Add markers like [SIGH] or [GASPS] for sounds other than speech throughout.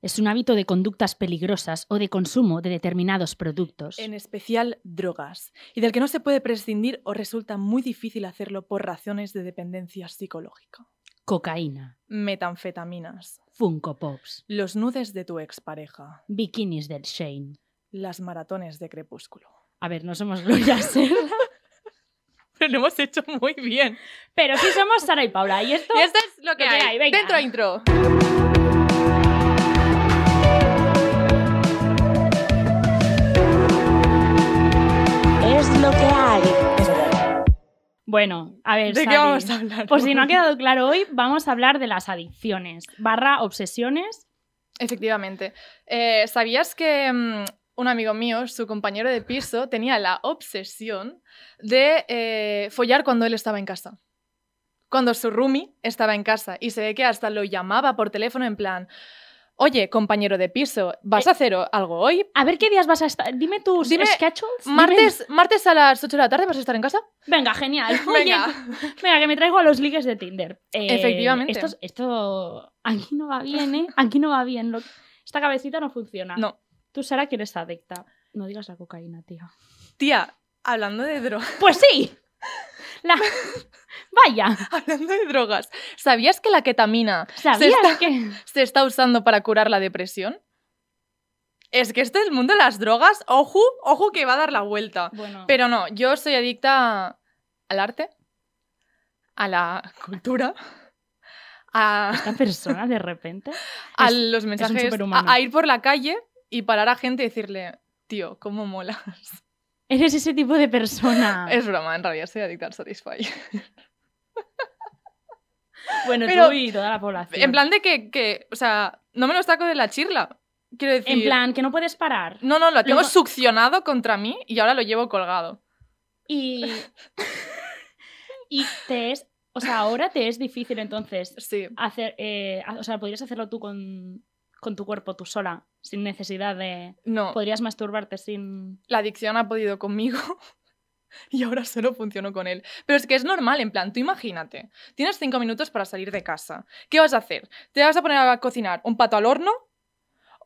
es un hábito de conductas peligrosas o de consumo de determinados productos. en especial drogas, y del que no se puede prescindir o resulta muy difícil hacerlo por razones de dependencia psicológica. Cocaína, Metanfetaminas, Funko Pops, los nudes de tu expareja, bikinis del Shane. las maratones de [LAUGHS] crepúsculo. A ver, no somos Gloria Serra, Pero lo hemos hecho muy bien. [LAUGHS] pero sí somos Sara y Paula. Y esto Y esto es lo que, Lo que hay. hay, venga. Dentro intro. Es lo que hay. Bueno, a ver, ¿De qué Sari, vamos a hablar? Por si no ha quedado claro hoy, vamos a hablar de las adicciones, barra obsesiones. Efectivamente. Eh, ¿Sabías que mm, un amigo mío, su compañero de piso, tenía la obsesión de eh, follar cuando él estaba en casa? Cuando su roomie estaba en casa y se ve que hasta lo llamaba por teléfono en plan, oye, compañero de piso, ¿vas Eh, a hacer o- algo hoy? A ver qué días vas a estar. Dime tus Dime, schedules. dime- ¿Martes, martes a las 8 de la tarde vas a estar en casa? Venga, [LAUGHS] genial. [LAUGHS] Muy bien. Venga. Venga, que me traigo a los ligues de Tinder. Eh, Efectivamente. Esto, es- esto aquí no va bien, ¿eh? Aquí no va bien. Lo- Esta cabecita no funciona. No. Tú, Sara, que eres adicta. No digas la cocaína, tía. Tía, Hablando de drogas. [LAUGHS] Pues sí. La... Vaya. Hablando de drogas. ¿Sabías que la ketamina ¿Sabías está- que...? se está usando para curar la depresión? Es que este es el mundo de las drogas, ojo, ojo que va a dar la vuelta. Bueno, Pero no, yo soy adicta al arte, a la cultura, a, esta persona de repente... a Es- los mensajes, superhumano. a, a ir por la calle y parar a gente y decirle, tío, cómo mola. Eres ese tipo de persona. Es broma, en realidad soy adicta [LAUGHS] al Satisfy. Bueno, pero- tú y toda la población. En plan de que, que, o sea, no me lo saco de la chirla. Quiero decir... En plan, que no puedes parar. No, no, lo tengo Lo- succionado contra mí y ahora lo llevo colgado. Y... y te es... O sea, ahora te es difícil entonces Sí. hacer... eh, ha- o sea, podrías hacerlo tú con, con tu cuerpo, tú sola, sin necesidad de... No, Podrías masturbarte sin... la adicción ha podido conmigo [LAUGHS] y ahora solo funciono con él. Pero es que es normal, en plan, tú imagínate, tienes cinco minutos para salir de casa. ¿Qué vas a hacer? ¿Te vas a poner a cocinar un pato al horno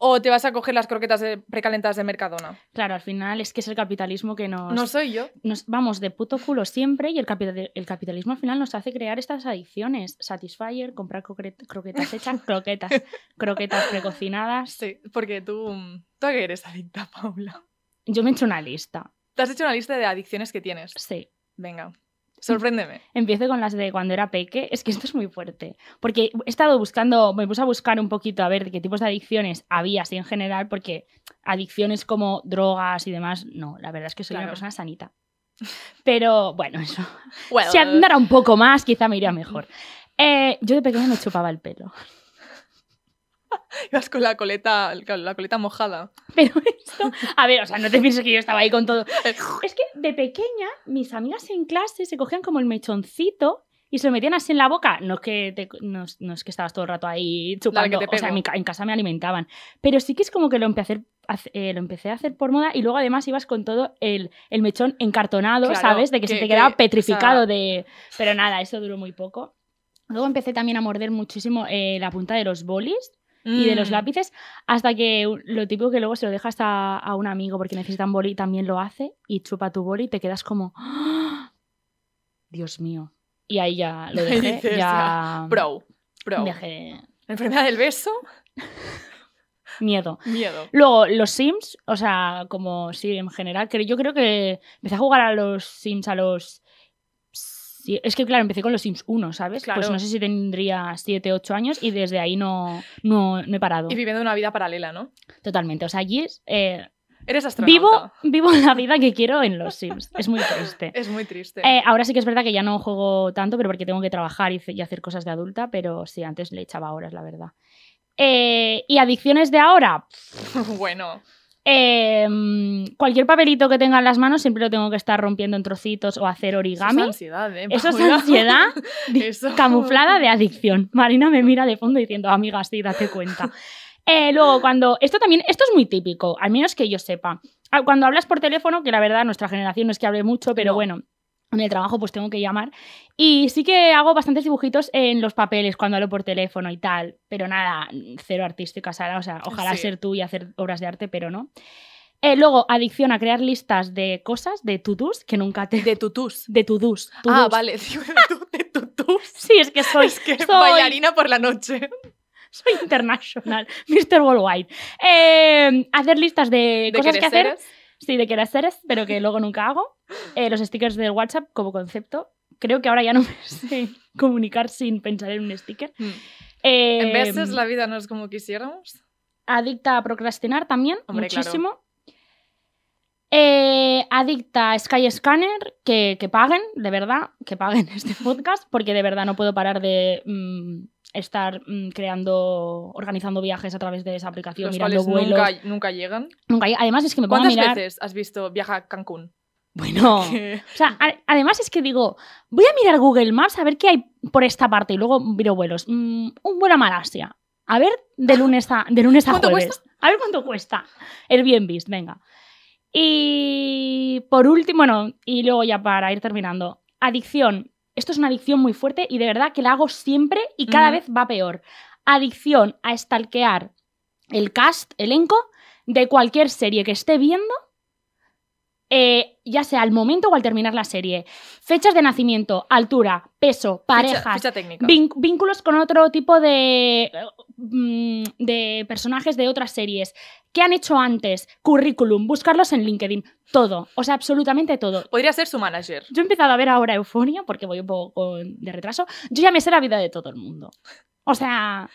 o te vas a coger las croquetas de- precalentadas de Mercadona? Claro, al final es que es el capitalismo que nos... No soy yo. nos vamos de puto culo siempre y el, capital- el capitalismo al final nos hace crear estas adicciones. Satisfyer, comprar croquet- croquetas hechas, croquetas, croquetas precocinadas. Sí, porque tú, tú a qué eres adicta, [LAUGHS] Paula. Yo me he hecho una lista. Te has hecho una lista de adicciones que tienes. Sí. Venga, sorpréndeme. Empiezo con las de cuando era peque. Es que esto es muy fuerte. Porque he estado buscando, me puse a buscar un poquito a ver qué tipos de adicciones había así en general, porque adicciones como drogas y demás, no, la verdad es que soy una Claro. persona sanita. Pero [LAUGHS] bueno, eso. Bueno, Si [LAUGHS] andara un poco más, quizá me iría mejor. Eh, yo de pequeña me chupaba el pelo. [LAUGHS] ibas con la coleta, la coleta mojada. Pero esto, a ver, o sea, no te pienses que yo estaba ahí con todo. Es que de pequeña, mis amigas en clase se cogían como el mechoncito y se lo metían así en la boca. No es que, te- no, es- no es que estabas todo el rato ahí chupando, te o sea, pego. en, mi ca- en casa me alimentaban. Pero sí que es como que lo empecé a hacer, hace- eh, lo empecé a hacer por moda y luego además ibas con todo el, el mechón encartonado, Claro, ¿sabes? De que, se que- te quedaba que, o petrificado sea- de... Pero nada, eso duró muy poco. Luego empecé también a morder muchísimo eh, la punta de los bolis y de los Mm. lápices hasta que u- lo típico que luego se lo dejas a, a un amigo porque necesitan boli también lo hace y chupa tu boli y te quedas como "¡Ah! Dios mío y ahí ya [LAUGHS] lo Y dejé dices, ya Bro, bro. dejé Enfermedad del beso, miedo miedo. luego los Sims o sea como sí en general creo yo creo que empecé a jugar a los Sims a los sí, es que claro empecé con los Sims 1 sabes pues Claro. no sé si tendría 7, 8 años y desde ahí no no, no he parado Y viviendo una vida paralela, ¿no? totalmente o sea allí es, eh, Eres Vivo, astronauta. vivo la vida que quiero en los Sims. Es muy [LAUGHS] triste. Es muy triste. Eh, ahora sí que es verdad que ya no juego tanto, pero porque tengo que trabajar y, ce- y hacer cosas de adulta, pero sí, antes le echaba horas, la verdad. Eh, y adicciones de ahora, bueno, eh, mm, cualquier papelito que tenga en las manos siempre lo tengo que estar rompiendo en trocitos o hacer eso es origami. ansiedad, ¿eh? Eso es Paula? ansiedad di- [LAUGHS] Eso. camuflada de adicción. Marina me mira de fondo diciendo, amiga, sí, date cuenta. Eh, luego, cuando. Esto también, esto es muy típico, al menos que yo sepa. Ah, Cuando hablas por teléfono, que la verdad nuestra generación no es que hable mucho, pero No. bueno, en el trabajo pues tengo que llamar. Y sí que hago bastantes dibujitos en los papeles cuando hablo por teléfono y tal, pero nada, cero artística, Sara. O sea, ojalá Sí. ser tú y hacer obras de arte, pero no. Eh, luego, adicción a crear listas de cosas, de to-dos, que nunca te. De tutus. de to-dos. Ah, to-dos. vale, [LAUGHS] digo, de tu- de tutús. Sí, es que soy. Es que soy- bailarina por la noche. Soy internacional, [LAUGHS] Mr. Worldwide. Eh, hacer listas de, De cosas que hacer. creceres. Sí, de quehaceres, pero que luego nunca hago. Eh, los stickers del WhatsApp como concepto. Creo que ahora ya no me [LAUGHS] sé comunicar sin pensar en un sticker. Mm. Eh, En veces la vida no es como quisiéramos. Adicta a procrastinar también, Hombre, claro. muchísimo. Eh, adicta a Sky Scanner, que, que paguen, de verdad, que paguen [LAUGHS] este podcast, porque de verdad no puedo parar de mm, estar mm, creando, organizando viajes a través de esa aplicación, Los mirando cuales vuelos. nunca, nunca llegan. Nunca hay- Además es que me pongo a ¿Cuántas mirar. veces has visto Viaja a Cancún? Bueno, [LAUGHS] o Que- sea, a- además es que digo, voy a mirar Google Maps a ver qué hay por esta parte y luego miro vuelos. Mm, un vuelo a Malasia. A ver de lunes a, de lunes a ¿Cuánto jueves. A ver cuánto cuesta. Airbnb, venga. Y por último, bueno, y luego ya para ir terminando, adicción. Esto es una adicción muy fuerte y de verdad que la hago siempre y cada Ujú. vez va peor. Adicción a estalquear el cast, elenco, de cualquier serie que esté viendo, eh, ya sea al momento o al terminar la serie. Fechas de nacimiento, altura, peso, Ficha, parejas, ficha técnica. Vin- vínculos con otro tipo de, eh, mm, de personajes de otras series. ¿Qué han hecho antes? Currículum, buscarlos en LinkedIn. Todo, o sea, absolutamente todo. Podría ser su manager. Yo he empezado a ver ahora Euforia, porque voy un poco con- de retraso. Yo ya me sé la vida de todo el mundo. O sea,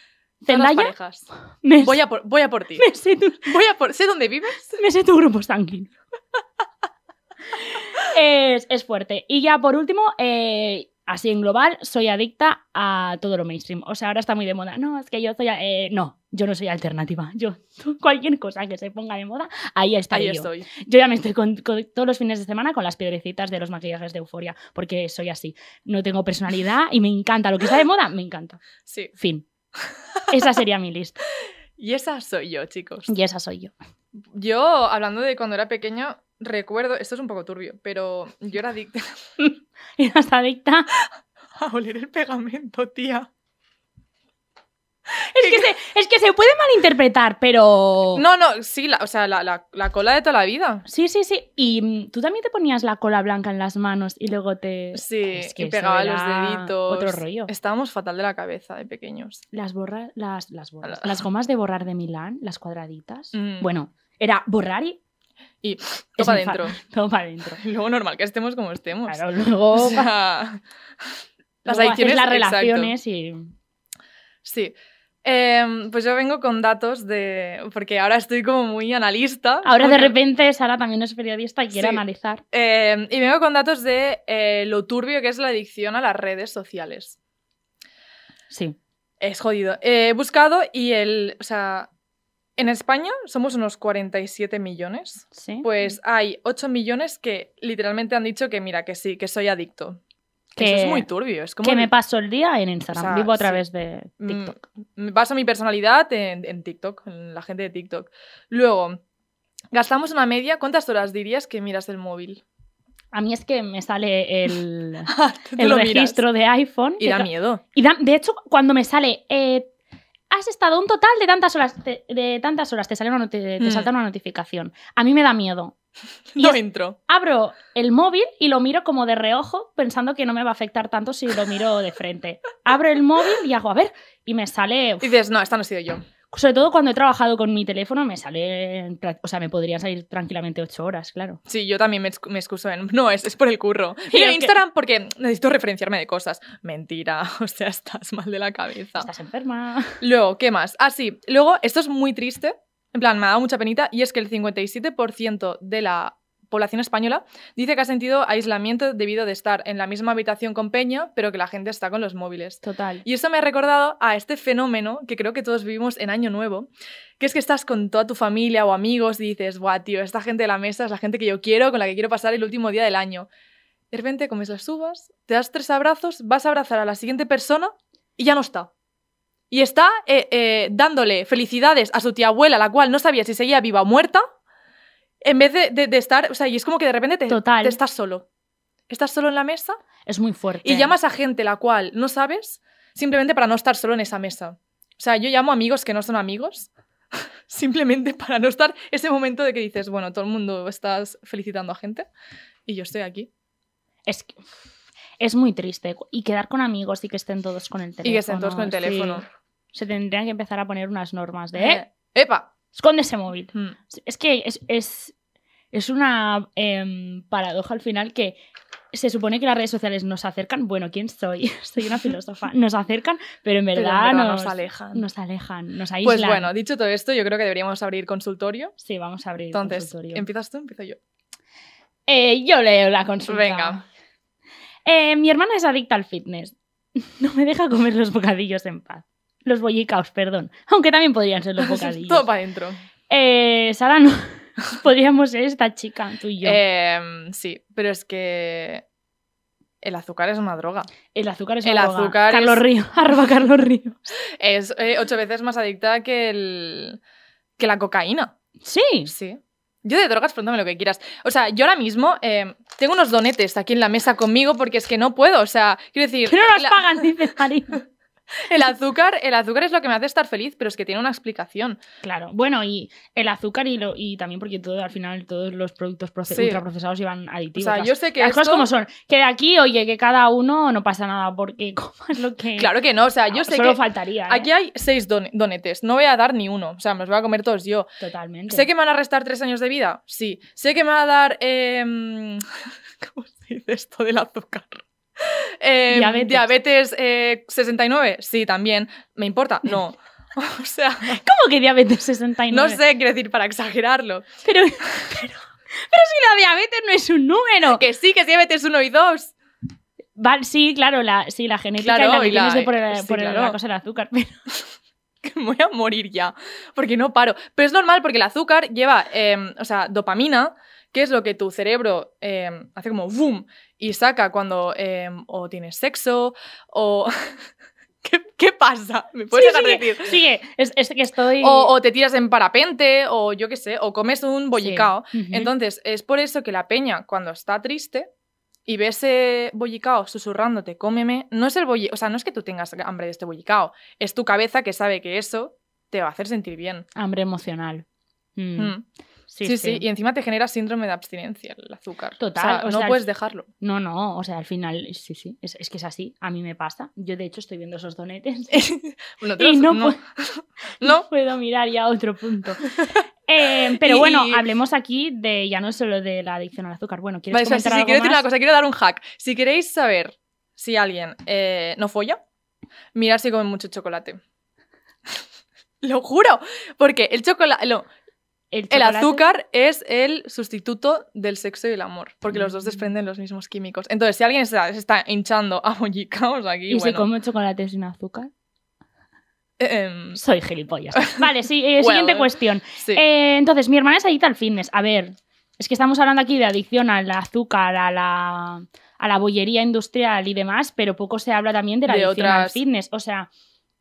Todas las Zendaya, parejas. me, Voy a por, voy a por ti. [LAUGHS] me sé tu- Voy a por... ¿Sé dónde vives? me sé tu grupo sanguíneo. es, es fuerte. Y ya por último, eh, así en global, soy adicta a todo lo mainstream. O sea, ahora está muy de moda. No, es que yo soy. a- eh, no, yo no soy alternativa. Yo, [LAUGHS] cualquier cosa que se ponga de moda, ahí está Ahí yo. estoy. Yo ya me estoy con, con- todos los fines de semana con las piedrecitas de los maquillajes de euforia, porque soy así. No tengo personalidad y me encanta. Lo que está de moda, me encanta. Sí. Fin. Esa sería mi lista. Y esa soy yo, chicos. Y esa soy yo. [LAUGHS] Yo, hablando de cuando era pequeña, recuerdo... Esto es un poco turbio, pero yo era adicta [LAUGHS] Eras adicta a oler el pegamento, tía. Es que, se, es que se puede malinterpretar, pero. No, no, sí, la- o sea, la, la- la cola de toda la vida. Sí, sí, sí. Y mm, tú también te ponías la cola blanca en las manos y luego te. Sí, Es que y eso pegaba los era deditos. Otro rollo. Estábamos fatal de la cabeza de pequeños. [LAUGHS] Las borras, las, las borras. Ala. Las gomas de borrar de Milán, las cuadraditas. Mm. Bueno, era borrar y [LAUGHS] Y topa mi fa- adentro. todo para adentro. Y Luego normal que estemos como estemos. Claro, luego. [LAUGHS] O sea, las luego haces [LAUGHS] adicciones, las exacto. relaciones y. Sí. Em, pues yo vengo con datos de... Porque ahora estoy como muy analista. Ahora de Porque- repente Sara también es periodista y quiere Sí. analizar. Em, y vengo con datos de eh, lo turbio que es la adicción a las redes sociales. Sí. Es jodido. Eh, He buscado y el... O sea, en España somos unos 47 millones. Sí. Pues hay 8 millones que literalmente han dicho que mira, que sí, que soy adicto. Que- Eso es muy turbio. Es como que me paso el día en Instagram, O sea, vivo a sí. través de TikTok. Mm, Baso mi personalidad en, en TikTok, en la gente de TikTok. Luego, gastamos una media. ¿Cuántas horas dirías que miras el móvil? [LAUGHS] A mí es que me sale el. Ah, Tú el lo miras. registro de iPhone. Y da miedo. Y da- de hecho, cuando me sale, eh, has estado un total de tantas horas, te- de tantas horas, te, sale una noti- te Mm. salta una notificación. A mí me da [LAUGHS] miedo. Y No es- entro. Abro el móvil y lo miro como de reojo, pensando que no me va a afectar tanto si lo miro de frente. Abro el móvil y hago, a ver, y me sale, Y dices, no, esta no he sido yo. sobre todo cuando he trabajado con mi teléfono, me sale, tra- o sea, me podrían salir tranquilamente ocho horas, claro. Sí, yo también me, excu- me excuso en. No, es, es por [LAUGHS] el curro. es Mira que- Instagram porque necesito referenciarme de cosas. Mentira, [LAUGHS] o sea, estás mal de la cabeza. Estás enferma. Luego, ¿qué más? Ah, sí. Luego, esto es muy triste. En plan, me ha dado mucha penita. Y es que el 57% de la población española dice que ha sentido aislamiento debido de estar en la misma habitación con Peña, pero que la gente está con los móviles. Total. Y esto me ha recordado a este fenómeno que creo que todos vivimos en Año Nuevo, que es que estás con toda tu familia o amigos y dices, guau, tío, esta gente de la mesa es la gente que yo quiero, con la que quiero pasar el último día del año. De repente comes las uvas, te das tres abrazos, vas a abrazar a la siguiente persona y ya no está. Y está eh, eh, dándole felicidades a su tía abuela, la cual no sabía si seguía viva o muerta, en vez de, de- de estar, o sea, y es como que de repente te, Total. te estás solo. Estás solo en la mesa Es muy fuerte. y llamas a gente la cual no sabes simplemente para no estar solo en esa mesa. O sea, yo llamo amigos que no son amigos [LAUGHS] simplemente para no estar ese momento de que dices, bueno, todo el mundo estás felicitando a gente y yo estoy aquí. Es, que- es muy triste. Y quedar con amigos y que estén todos con el teléfono. Y que estén todos con el sí. teléfono. Se tendrían que empezar a poner unas normas de... "Eh, Eh, ¡Epa! Esconde ese móvil. Mm. Es que es, es, es una em, paradoja al final que se supone que las redes sociales nos acercan. Bueno, ¿quién soy? [LAUGHS] Soy una filósofa. Nos acercan, pero en Pero en verdad, verdad nos, nos alejan. Nos alejan, nos aíslan. Pues bueno, dicho todo esto, yo creo que deberíamos abrir consultorio. Sí, vamos a abrir Entonces, em, consultorio. ¿empiezas tú? Empiezo yo. Eh, yo leo la consulta. Venga. Eh, mi hermana es adicta al fitness. [LAUGHS] No me deja comer los bocadillos en paz. Los bollicaos, perdón. Aunque también podrían [LAUGHS] ser los bocadillos. Todo para adentro. Eh, Sara, no. [LAUGHS] Podríamos ser esta chica, tú y yo. Em, sí, pero es que el azúcar es una droga. el azúcar es el una droga. azúcar Carlos es- Río. [LAUGHS] Arroba Carlos Río. Es eh, ocho veces más adicta que, el, que la cocaína. Sí. Sí. Yo de drogas, pregúntame lo que quieras. O sea, yo ahora mismo em, tengo unos donetes aquí en la mesa conmigo porque es que no puedo. O sea, quiero decir, Que no las la- pagan, [LAUGHS] dice María. el azúcar, el azúcar es lo que me hace estar feliz, pero es que tiene una explicación. Claro. Bueno, y el azúcar y, lo, y también porque todo, al final todos los productos proce- Sí. ultraprocesados llevan O aditivos. sea, las- yo sé que Las cosas esto- como son. Que de aquí, oye, que cada uno no pasa nada porque [LAUGHS] comas lo que. Claro que no, o sea, yo No, sé solo que faltaría. ¿eh? aquí hay seis don- donetes, no voy a dar ni uno, o sea, me los voy a comer todos yo. Totalmente. ¿Sé que me van a restar tres años de vida? Sí. ¿Sé que me va a dar. em, [LAUGHS] ¿Cómo se dice esto del azúcar? [LAUGHS] Em, Diabetes. diabetes, eh, 69? Sí, también. ¿Me importa? No. [LAUGHS] O sea, ¿Cómo que diabetes 69? no sé, quiero decir, para exagerarlo. Pero, pero, pero si la diabetes no es un número. Que sí, que es diabetes 1 y 2. Vale, sí, claro, la, sí, la genética y Claro, la que y la- tienes de por, el- sí, por el- claro. la cosa del azúcar. [LAUGHS] Pero Que [LAUGHS] me voy a morir ya. Porque no paro. Pero es normal porque el azúcar lleva, em, o sea, dopamina, que es lo que tu cerebro em, hace como boom y saca cuando em, o tienes sexo o. [LAUGHS] ¿Qué, qué pasa? ¿Me puedes Sí, dejar sigue, decir? sigue. Es, es que estoy. O, o te tiras en parapente, o yo qué sé, o comes un bollicao. Sí. Ujú. Entonces, es por eso que la peña, cuando está triste y ve ese bollicao susurrándote, cómeme, no es el bolli- o sea, no es que tú tengas hambre de este bollicao, es tu cabeza que sabe que eso te va a hacer sentir bien. Hambre emocional. Mm, Mm. Sí, Sí, sí. sí, y encima te genera síndrome de abstinencia el azúcar. Total, O sea, o no sea, puedes dejarlo. [LAUGHS] No, no, o sea, al final, sí, sí, es, es que es así, a mí me pasa. Yo, de hecho, estoy viendo esos donetes Nosotros no no. pu- [LAUGHS] [LAUGHS] No. puedo mirar ya a otro [LAUGHS] punto. Eh, pero Y- bueno, y- hablemos aquí de ya no solo de la adicción al azúcar. Bueno, ¿quieres Vale, o sea, sí, comentar sí, algo quiero decir más? una cosa, quiero dar un hack. Si queréis saber si alguien eh, no folla, mirad si come mucho chocolate. [LAUGHS] Lo juro, porque el chocolate, el chocolate- azúcar es el sustituto del sexo y el amor, porque los dos Mm. desprenden los mismos químicos. Entonces, si alguien se se está hinchando a bollicaos aquí, ¿Y si bueno, como chocolate sin azúcar? eh, em, Soy [LAUGHS] gilipollas. Vale, sí, eh, Well. siguiente cuestión. sí. Eh, entonces, mi hermana es adicta al fitness. A ver, es que estamos hablando aquí de adicción al azúcar, a la, a la bollería industrial y demás, pero poco se habla también de la De adicción al otras. fitness. O sea,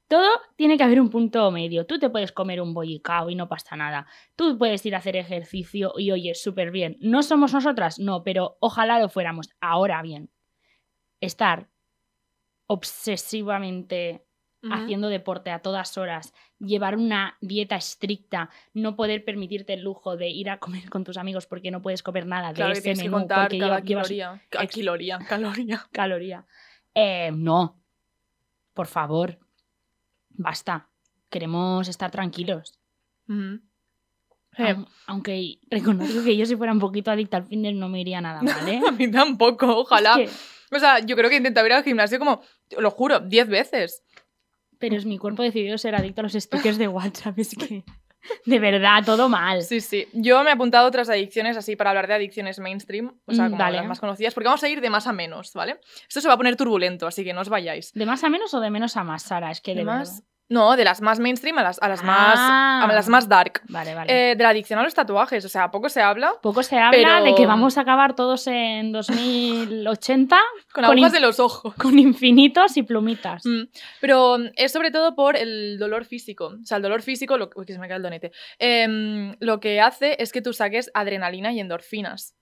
todo tiene que haber un punto medio. Tú te puedes comer un bollicao y no pasa nada. Tú puedes ir a hacer ejercicio y oye, súper bien. ¿No somos nosotras? No, pero ojalá lo fuéramos. Ahora bien, estar obsesivamente Ujú. haciendo deporte a todas horas, llevar una dieta estricta, no poder permitirte el lujo de ir a comer con tus amigos porque no puedes comer nada de Claro que ese tienes que menú contar porque cada lleva- llevas caloría. Ca- Caloría, caloría. caloría. Eh, no. Por favor. Basta. Queremos estar tranquilos. Ujú. Eh, Aun- Aunque reconozco que yo si fuera un poquito adicta al fitness no me iría [LAUGHS] nada mal, ¿eh? a mí tampoco, ojalá. Es que- O sea, yo creo que he intentado ir al gimnasio como, lo juro, 10 veces. pero es mi cuerpo decidió ser adicto a los stickers de WhatsApp, es que... De verdad, todo mal. Sí, sí. Yo me he apuntado otras adicciones así para hablar de adicciones mainstream, o sea, Mm, como vale. las más conocidas, porque vamos a ir de más a menos, ¿vale? Esto se va a poner turbulento, así que no os vayáis. ¿De más a menos o de menos a más, Sara? Es que de, De más- verdad. No, de las más mainstream a las, a las Ah. más a las más dark. Vale, vale. Eh, de la adicción a los tatuajes, o sea, poco se habla. Poco se habla pero- de que vamos a acabar todos en 2080 Con Con agujas in- de los [LAUGHS] ojos. con infinitos y plumitas. Mm, Pero mm, es sobre todo por el dolor físico. O sea, el dolor físico, lo, uy, que se me cae el donete. Em, lo que hace es que tú saques adrenalina y endorfinas.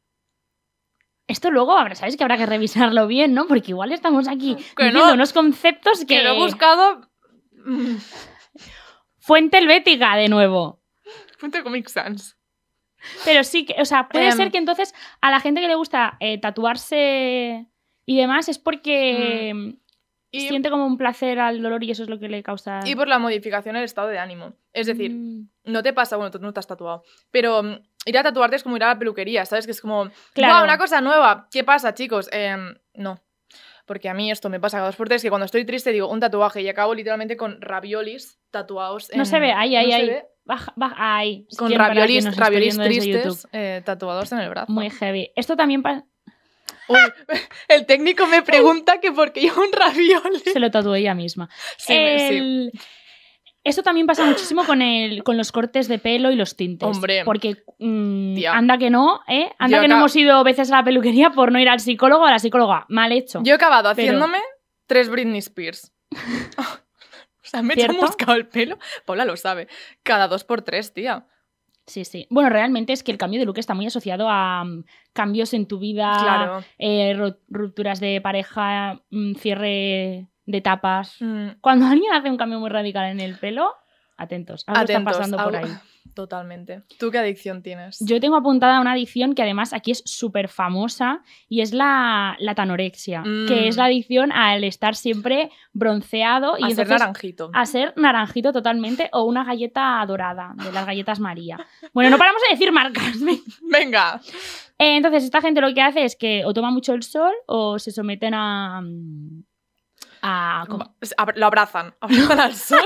Esto luego habrá, ¿sabes? Que habrá que revisarlo bien, ¿no? Porque igual estamos aquí Que diciendo no. unos conceptos que. Que lo he buscado. mm, [LAUGHS] Fuente helvética de nuevo. Punto Comic Sans. Pero sí que, o sea, puede Em. ser que entonces a la gente que le gusta eh, tatuarse y demás es porque em, Mm. Y, siente como un placer al dolor y eso es lo que le causa. y por la modificación del estado de ánimo. Es decir, Mm, no te pasa, bueno, tú no te has tatuado, pero mm, ir a tatuarte es como ir a la peluquería, ¿sabes? Que es como, Claro. "Buah, una cosa nueva, ¿qué pasa, chicos? Em, no. Porque a mí esto me pasa cada dos por tres, que cuando estoy triste digo un tatuaje y acabo literalmente con raviolis tatuados. No en- se ve, ahí, ahí, no se ahí. ve, Baja, baja, ahí. Con Bien, para quien raviolis, nos esté raviolis viendo desde tristes YouTube. eh, tatuados en el brazo. Muy heavy. Esto también pa- Uy, el técnico me pregunta que por qué llevo un ravioli. [LAUGHS] se lo tatué ella misma. Sí, me- sí. El- Esto también pasa muchísimo con, el, con los cortes de pelo y los tintes. Hombre. Porque mm, Tía. anda que no, ¿eh? Anda Yo que no acá- hemos ido veces a la peluquería por no ir al psicólogo o a la psicóloga. Mal hecho. Yo he acabado Pero- haciéndome tres Britney Spears. [LAUGHS] o sea, me he ¿Cierto? chamuscado el pelo. Paula lo sabe. Cada dos por tres, tía. Sí, sí. Bueno, realmente es que el cambio de look está muy asociado a mm, cambios en tu vida, Claro. eh, ru- rupturas de pareja, mm, cierre de etapas. Mm, Cuando alguien hace un cambio muy radical en el pelo, atentos, algo está atentos, pasando por algo- ahí. [LAUGHS] Totalmente. ¿Tú qué adicción tienes? Yo tengo apuntada una adicción que además aquí es súper famosa y es la, la tanorexia, Mm. que es la adicción al estar siempre bronceado y a ser entonces ah, naranjito. a ser naranjito totalmente o una galleta dorada de las galletas María. Bueno, no paramos de decir marcas. [LAUGHS] venga. Venga. Eh, Entonces, esta gente lo que hace es que o toma mucho el sol o se someten a. mm, a, ah, ¿cómo, Ab- Lo abrazan. [LAUGHS] Abrazan al sol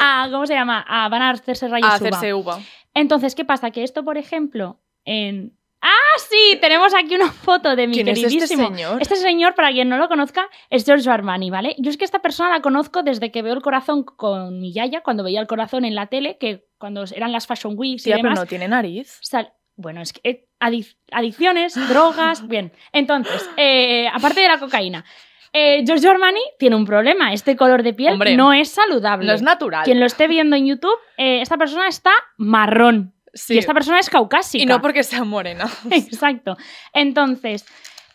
a- ¿cómo se llama? A, van a hacerse rayos uva. a hacerse uva. Entonces, ¿qué pasa? Que esto, por ejemplo, en. ¡Ah, sí! Tenemos aquí una foto de mi ¿Quién es queridísimo. este señor? Este señor, para quien no lo conozca, es George Armani, ¿vale? Yo es que esta persona la conozco desde que veo el corazón con mi yaya, cuando veía el corazón en la tele, que cuando eran las Fashion Weeks y Tía, pero demás. no tiene nariz. sal- Bueno, es que eh, adic- adicciones, [GASPS] drogas. Bien, entonces, eh, aparte de la cocaína, eh, Giorgio Armani tiene un problema. Este color de piel Hombre, no es saludable. No es natural. Quien lo esté viendo en YouTube, eh, esta persona está marrón. Sí. Y esta persona es caucásica. Y [LAUGHS] no porque sea morena. Exacto. Entonces,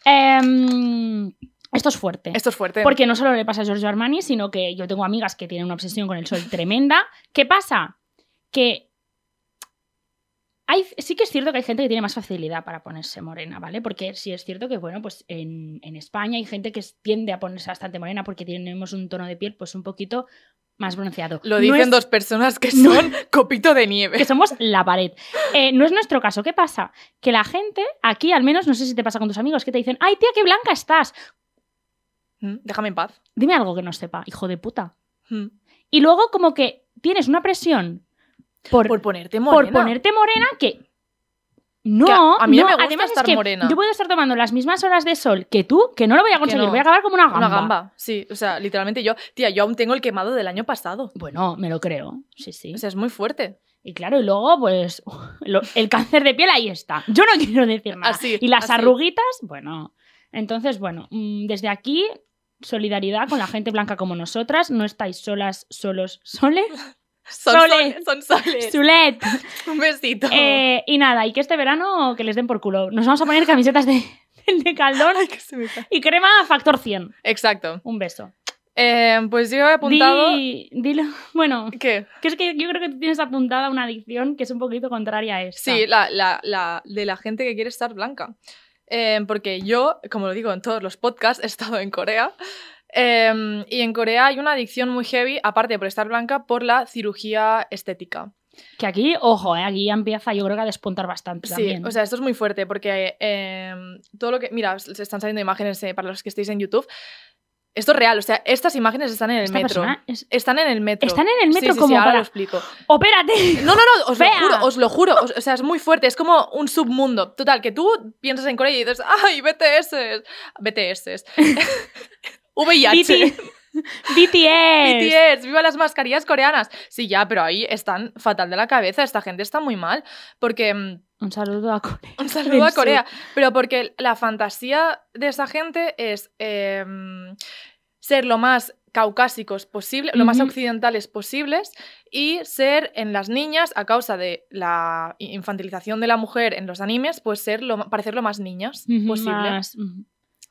em, esto es fuerte. Esto es fuerte. Porque no solo le pasa a Giorgio Armani, sino que yo tengo amigas que tienen una obsesión con el sol tremenda. ¿Qué pasa? Que hay, sí que es cierto que hay gente que tiene más facilidad para ponerse morena, ¿vale? Porque sí es cierto que, bueno, pues en, en España hay gente que es- tiende a ponerse bastante morena porque tenemos un tono de piel pues un poquito más bronceado. Lo No dicen es- dos personas que no son [LAUGHS] copito de nieve. [LAUGHS] que somos la pared. Eh, no es nuestro caso. ¿Qué pasa? Que la gente, aquí al menos, no sé si te pasa con tus amigos, que te dicen, ay, tía, qué blanca estás. Mm, Déjame en paz. Dime algo que no sepa, hijo de puta. Mm. Y luego como que tienes una presión por, Por por, ponerte morena. ponerte morena que... No, Que a- a mí no me gusta además es estar que morena. Yo puedo estar tomando las mismas horas de sol que tú, que no lo voy a conseguir, no. voy a acabar como una gamba. Una gamba, sí. O sea, literalmente yo, tía, yo aún tengo el quemado del año pasado. Bueno, me lo creo, sí, sí. O sea, es muy fuerte. Y claro, y luego, pues, [LAUGHS] lo- el cáncer de piel ahí está. Yo no [LAUGHS] quiero decir nada. Así, y las así. arruguitas, bueno. Entonces, bueno, mm, desde aquí, solidaridad con la gente blanca como nosotras. No estáis solas, solos, soles. Son Sole. soles, son soles. [LAUGHS] Sulet. Un besito. Eh, y nada, y que este verano que les den por culo. Nos vamos a poner camisetas de, [LAUGHS] de caldón [LAUGHS] Ay, que se me cae. y crema factor 100. Exacto. Un beso. Eh, pues yo he apuntado. Di- dilo. Bueno, ¿Qué? que es que yo creo que tú tienes apuntada una adicción que es un poquito contraria a esta. Sí, la, la- la- de la gente que quiere estar blanca. Eh, porque yo, como lo digo en todos los podcasts, he estado en Corea. eh, y en Corea hay una adicción muy heavy, aparte por estar blanca, por la cirugía estética. Que aquí, ojo, eh, aquí ya empieza yo creo que a despuntar bastante Sí, también. o sea, esto es muy em, fuerte porque eh, todo lo que. Mira, se están saliendo imágenes eh, para los que estéis en YouTube. Esto es real, o sea, estas imágenes están en el Esta metro. persona es- Están en el metro. Están en el metro Sí, sí, sí, como ahora para- lo explico. ¡Opérate! No, no, no, os Fea. lo juro, os lo juro. os- o sea, es muy fuerte, es como un submundo. Total, que tú piensas en Corea y dices, ¡ay, BTS! [LAUGHS] BTS. VIH. [LAUGHS] BT BTS. BTS, viva las mascarillas coreanas. Sí, ya, pero ahí están fatal de la cabeza. Esta gente está muy mal. Porque. mm, Un saludo a [LAUGHS] Corea. Un saludo a Sí. Corea. Pero porque la fantasía de esa gente es eh, mm, ser lo más caucásicos posible, lo más Ujú. occidentales posibles y ser en las niñas, a causa de la i- infantilización de la mujer en los animes, pues ser lo, ma- parecer lo más niñas posible. Más, mm,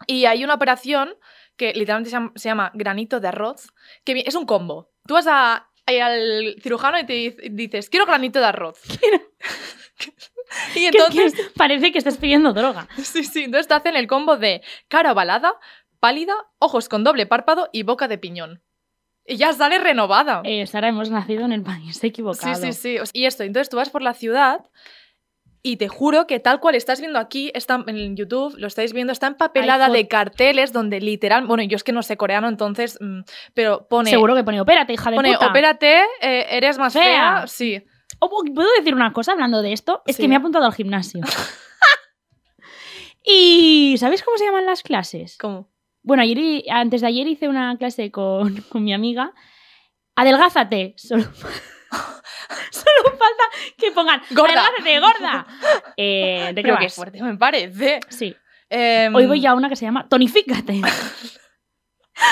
Y hay una operación que literalmente se llama, se llama granito de arroz, que vi- es un combo. Tú vas a- eh, al cirujano y te di- dices, quiero granito [LAUGHS] de arroz. [LAUGHS] y que es entonces que [LAUGHS] parece que estás pidiendo droga. [LAUGHS] Sí, sí, entonces te hacen el combo de cara ovalada, pálida, ojos con doble párpado y boca de piñón. Y ya sale renovada. Eh, Sara, hemos nacido en el país [LAUGHS] sí, equivocado. sí, sí. O sea, Y esto, entonces tú vas por la ciudad y te juro que tal cual estás viendo aquí, está en YouTube, lo estáis viendo, está empapelada Hay fo- de carteles donde literal, bueno, yo es que no sé coreano, entonces, mm, pero pone, Seguro que pone opérate, hija de pone puta. opérate, eh, eres más fea. Fea. Sí, Oh, ¿Puedo decir una cosa hablando de esto? Es Sí. que me he apuntado al [LAUGHS] gimnasio. ¿Y sabéis cómo se llaman las clases? como, Bueno, ayer, hi- antes de ayer hice una clase con, [LAUGHS] con mi amiga. Adelgázate. Solo, [LAUGHS] solo falta que pongan. Gorda. Adelgázate, [LAUGHS] gorda. Eh, ¿De qué pero qué vas? fuerte me parece. Sí. Em, Hoy voy a una que se llama [LAUGHS] Tonifícate.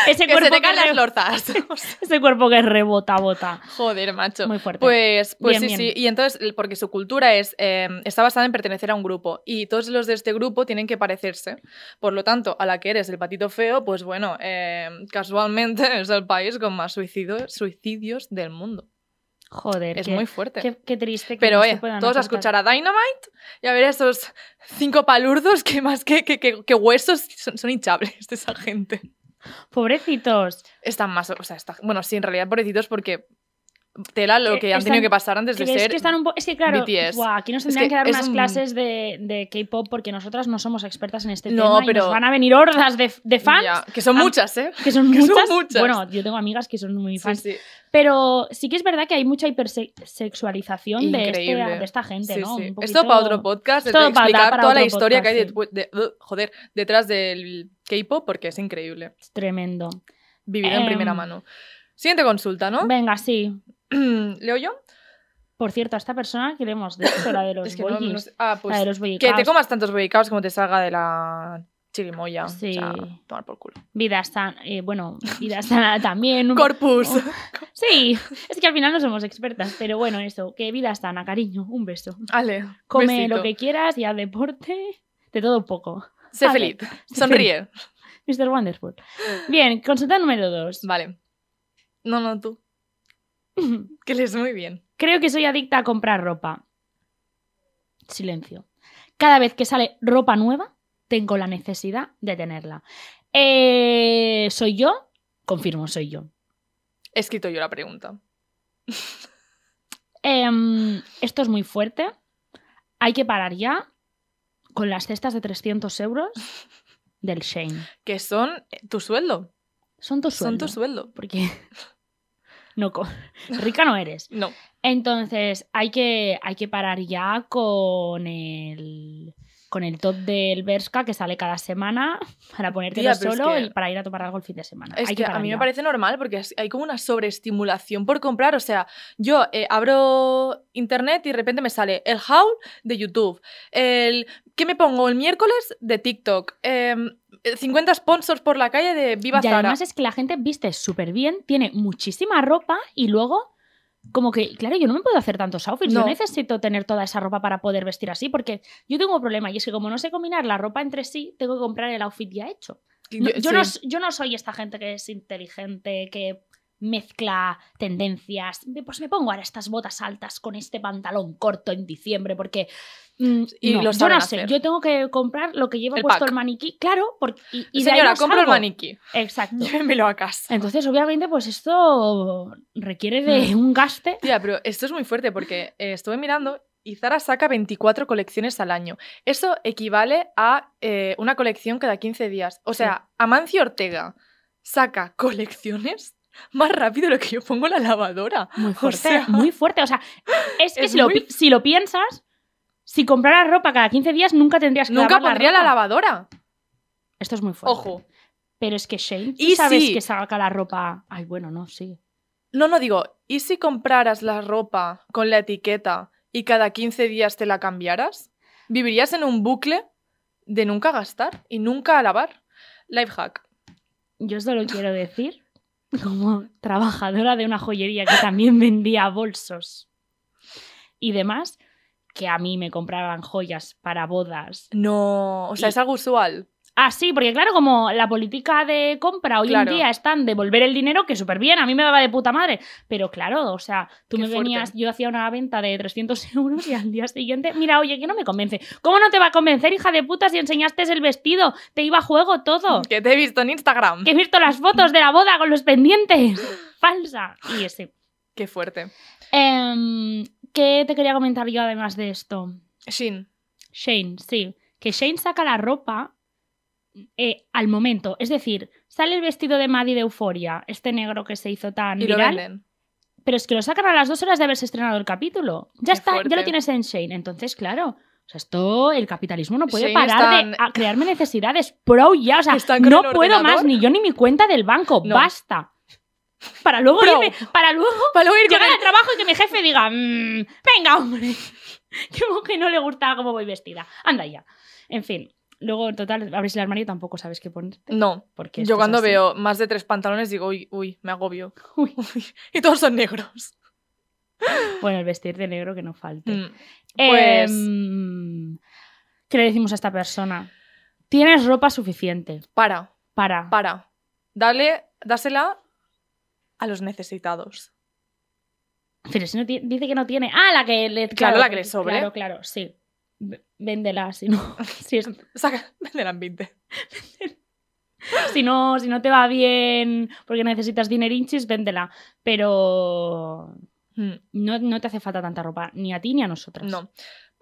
ese, Que cuerpo se te caen re- las lorzas. [LAUGHS] O sea, [LAUGHS] ese cuerpo que rebota, bota. Joder, macho. Muy fuerte. Pues, pues ¿eh? Bien, sí, bien. sí. Y entonces, el- porque su cultura es, eh, está basada en pertenecer a un grupo y todos los de este grupo tienen que parecerse. Por lo tanto, a la que eres el patito feo, pues bueno, eh, casualmente [LAUGHS] es el país con más suicidios, suicidios del mundo. Joder. Es qué, muy fuerte. qué- qué triste que Pero no eh, se puedan todos a aportar. escuchar a Dynamite y a ver esos cinco palurdos que más que, que, que- que huesos son, son hinchables de esa gente. Pobrecitos. Están más, o sea, está, bueno, sí, en realidad pobrecitos porque tela lo Eh, que han están- tenido que pasar antes de ¿Creéis ser que están un po- Es que claro, BTS. guau, aquí nos Es tendrían que que, dar es unas un- clases de, de K-pop porque nosotras no somos expertas en este No, tema y pero- nos van a venir hordas de, de fans Ya, que son Ah, muchas, ¿eh? que son [LAUGHS] Que son muchas. muchas. Bueno, yo tengo amigas que son muy Sí, fans, sí. pero sí que es verdad que hay mucha hipersexualización de, este- Increíble. de esta gente, Sí, ¿no? sí. Un Esto poquito- para otro podcast, de Esto para- explicar para toda la otro historia que hay podcast, de- de- uh, joder, detrás del K-pop, porque es increíble. Es tremendo. Vivido en Em. primera mano. Siguiente consulta, ¿no? Venga, sí. [CLEARS THROAT] ¿Leo yo? Por cierto, a esta persona que le hemos dicho, la de los [LAUGHS] Es que no- boyis, no sé. Ah, la de pues. los boyicaos. Que te comas tantos boicaos como te salga de la chirimoya. Sí. O sea, tomar por culo. Vida sana, eh, bueno, vida sana [LAUGHS] también. un- Corpus. Oh. Sí, es que al final no somos expertas, pero bueno, eso, que vida sana, cariño, un beso. Ale. Come besito. lo que quieras y haz deporte, de todo un poco. Sé Ale. feliz. [LAUGHS] Sonríe. Mr. Wonderful. Bien, consulta número dos. Vale. No, no, [LAUGHS] tú. Que lees muy bien. Creo que soy adicta a comprar ropa. Silencio. Cada vez que sale ropa nueva, tengo la necesidad de tenerla. Eh, ¿Soy yo? Confirmo, soy yo. He escrito yo la pregunta. Em, esto es muy fuerte. Hay que parar ya con las cestas de 300 euros del Shane. Que son eh, tu sueldo. Son tus Son sueldos. tu sueldo. Porque [LAUGHS] no co- rica no eres. No. Entonces, hay que, hay que parar ya con el con el top del Berska que sale cada semana para ponértelo Tía, pero es solo que- y para ir a tomar algo el fin de semana. Es Hay que, a parar mí me ya. parece normal porque es- hay como una sobreestimulación por comprar. O sea, yo eh, abro internet y de repente me sale el haul de YouTube, el ¿qué me pongo el miércoles de TikTok, em, 50 sponsors por la calle de Viva Y Zara. además es que la gente viste súper bien, tiene muchísima ropa y luego, como que, claro, yo no me puedo hacer tantos outfits. Yo No. necesito tener toda esa ropa para poder vestir así, porque yo tengo un problema y es que, como no sé combinar la ropa entre sí, tengo que comprar el outfit ya hecho. No, yo, sí. no, s- yo no soy esta gente que es inteligente, que mezcla tendencias. Me- Pues me pongo ahora estas botas altas con este pantalón corto en diciembre porque... mm, Y no, yo lo saben no sé, hacer. yo tengo que comprar lo que lleva El puesto pack. el maniquí, claro, porque, y, y de ahí Señora, no compro el salgo. maniquí. [LAUGHS] Exacto. Llévenmelo a [LAUGHS] casa. Entonces, obviamente, pues esto requiere de Mm. un gaste. Tía, pero esto es muy fuerte porque eh, estuve mirando y Zara saca 24 colecciones al año. Eso equivale a eh, una colección cada 15 días. O sea, Amancio Ortega saca [LAUGHS] colecciones más rápido de lo que yo pongo en la lavadora. [LAUGHS] Muy fuerte, sea- muy fuerte. O [LAUGHS] sea, es que Es si, lo, muy- pi- si lo piensas, si compraras ropa cada 15 días, nunca tendrías que Nunca lavar pondría la ropa. lavadora. Esto es muy fuerte. Ojo. Pero es que Shane, ¿tú Y sabes si- que saca la ropa. Ay, bueno, no, sí. No, no digo, ¿y si compraras la ropa con la etiqueta y cada 15 días te la cambiaras? ¿Vivirías en un bucle de nunca gastar y nunca lavar? Life hack. Yo [LAUGHS] solo quiero decir, como trabajadora de una joyería que también vendía bolsos y demás, que a mí me compraban joyas para bodas. No, o sea, Y- es algo usual. Ah, sí, porque claro, como la política de compra hoy Claro. en día es tan devolver el dinero que súper bien, a mí me daba de puta madre. Pero claro, o sea, tú Qué me fuerte. venías, yo hacía una venta de 300 [LAUGHS] euros y al día siguiente, mira, oye, que no me convence. ¿Cómo no te va a convencer, hija de puta, si enseñaste el vestido? Te iba a juego [LAUGHS] todo. Que te he visto en Instagram. Que he visto las fotos de la boda con los pendientes. [LAUGHS] Falsa. Y ese. Qué fuerte. Em, ¿Qué te quería comentar yo además de esto? Shin. Shane, sí. Que Shane saca la ropa eh, al momento. Es decir, sale el vestido de Maddie de Euforia, este negro que se hizo tan Y lo viral. venden. pero es que lo sacan a las dos horas de haberse estrenado el capítulo. Ya Qué está, ya fuerte. lo tienes en Shane. Entonces, claro. O sea, esto, el capitalismo no puede Shane parar de están- a- crearme necesidades pro ya. O sea, Están con no el puedo más, ordenador. ni yo ni mi cuenta del banco. No. Basta. Para luego, Pro. irme- para luego Para luego [LAUGHS] ir con llegar el- al trabajo y que mi jefe diga, "Mm, venga, hombre, [LAUGHS] como que no le gusta cómo voy vestida. Anda ya. En fin, luego, en total, abrís el armario y tampoco sabes qué poner. No, Porque esto yo es cuando así. veo más de tres pantalones digo, uy, uy, me agobio. [LAUGHS] Uy. [LAUGHS] Y todos son negros. Bueno, el vestir de negro que no falte. Mm. Pues- Em, ¿Qué le decimos a esta persona? Tienes ropa suficiente Para, para. para. Dale, dásela a los necesitados. [LAUGHS] Pero si no ti- dice que no tiene. Ah, la que le. Claro, la que le sobre. Claro, claro, sí. V- Véndela, si no, [LAUGHS] si, es- Saca, venderán 20. si no, si no te va bien porque necesitas dinerinchis, véndela. Pero Mm, no, no te hace falta tanta ropa, ni a ti ni a nosotras. No.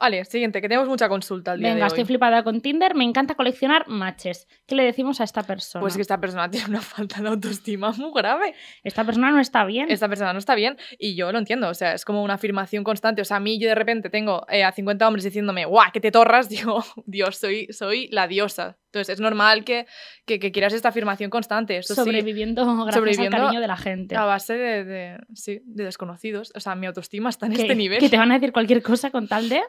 Vale, siguiente, que tenemos mucha consulta al día Venga, de estoy hoy. Pues flipada con Tinder, me encanta coleccionar matches. ¿Qué le decimos a esta persona? Pues que esta persona tiene una falta de autoestima muy grave. Esta persona no está bien. [LAUGHS] Esta persona no está bien y yo lo entiendo. O sea, es como una afirmación constante. O sea, a mí yo de repente tengo eh, a 50 hombres diciéndome, ¡guau, que te torras! [LAUGHS] Digo, Dios, soy, soy la diosa. Entonces, es normal que, que, que quieras esta afirmación constante. Eso sí, sobreviviendo gracias Sobreviviendo al cariño de la gente. a base de, de- sí, de desconocidos. O sea, mi autoestima está en que, este nivel. que te van a decir cualquier cosa con tal de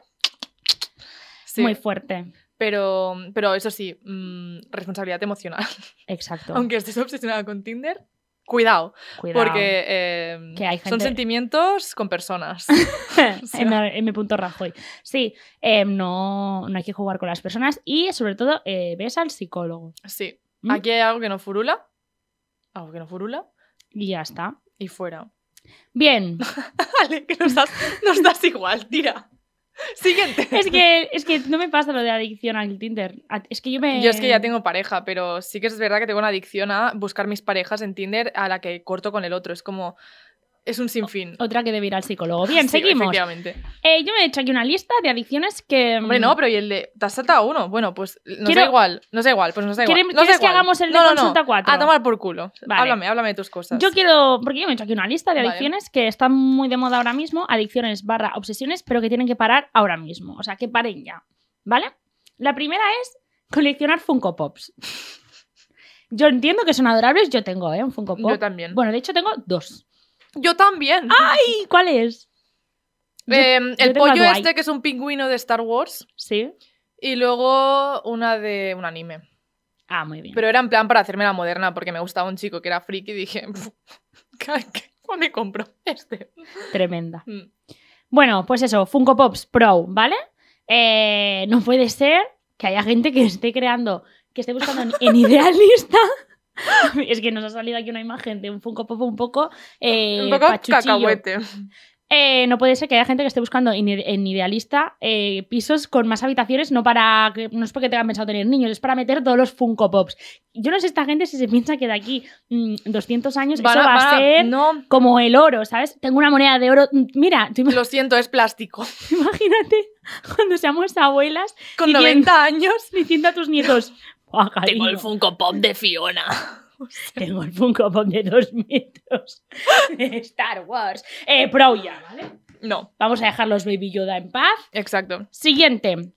Sí, muy fuerte. pero, pero eso sí, mm, responsabilidad emocional. Exacto. [LAUGHS] Aunque estés obsesionada con Tinder, cuidado, Cuidado. [LAUGHS] porque eh, Que hay son gente- sentimientos con personas. sea- M. M. Rajoy. Sí, em, no, no hay que jugar con las personas y sobre todo eh, ves al psicólogo. Sí, ¿Mm? aquí hay algo que no furula, algo que no furula Y ya está. y fuera. [LAUGHS] Bien. Vale, que nos das, nos das igual, tira. Siguiente. [LAUGHS] Es que, es que no me pasa lo de adicción al Tinder. A- Es que yo me. Yo es que ya tengo pareja, pero sí que es verdad que tengo una adicción a buscar mis parejas en Tinder a la que corto con el otro. Es como. Es un sinfín. Otra que debe ir al psicólogo. Bien, [LAUGHS] Sí, seguimos. Efectivamente. Eh, yo me he hecho aquí una lista de adicciones que. mm, Hombre, no, pero ¿y el de. ¿Te has saltado uno? Bueno, pues nos Quiero- da igual. Nos da igual, pues nos da igual. ¿Quieres- nos da quieres que igual. hagamos el de No, no, no. consulta cuatro? A tomar por culo. Vale. Háblame, háblame de tus cosas. Yo quiero, porque yo me he hecho aquí una lista de Vale. adicciones que están muy de moda ahora mismo, adicciones barra obsesiones, pero que tienen que parar ahora mismo, o sea, que paren ya, ¿vale? La primera es coleccionar Funko Pops. Yo entiendo que son adorables, yo tengo, ¿eh? Un Funko Pop. Yo también. Bueno, Ah, de hecho tengo dos. Yo también. ¿Y cuál es? yo- Eh, el tengo a pollo Dwight. este que es un pingüino de Star Wars Sí. y luego una de un anime. Ah, muy bien. Pero era en plan para hacerme la moderna porque me gustaba un chico que era friki y dije, "Pf, ¿qué ¿Cuál me compro [LAUGHS] este? Tremenda. Mm. Bueno, pues eso, Funko Pops Pro, ¿vale? Eh, no puede ser que haya gente que esté creando, que esté buscando en, en idealista. [LAUGHS] Es que nos ha salido aquí una imagen de un Funko Pop un poco. eh, un poco pachuchillo. cacahuete. Eh, no puede ser que haya gente que esté buscando en, ide- en idealista eh, pisos con más habitaciones, no para que- no es porque tengan pensado tener niños, es para meter todos los Funko Pops. Yo no sé esta gente si se piensa que de aquí mm, 200 años Van a- eso va van a a- ser No, como el oro, ¿sabes? Tengo una moneda de oro. mm, Mira, tú ima- lo siento, [LAUGHS] es plástico. imagínate cuando seamos abuelas Con Y bien. 90 años. diciendo a tus nietos. "Buah, cariño, Funko Pop de Fiona. Tengo el Funko Pop de dos metros [LAUGHS] de Star Wars. Eh, pro ya, ¿vale? No, Vamos a dejar los Baby Yoda en paz. exacto. Siguiente.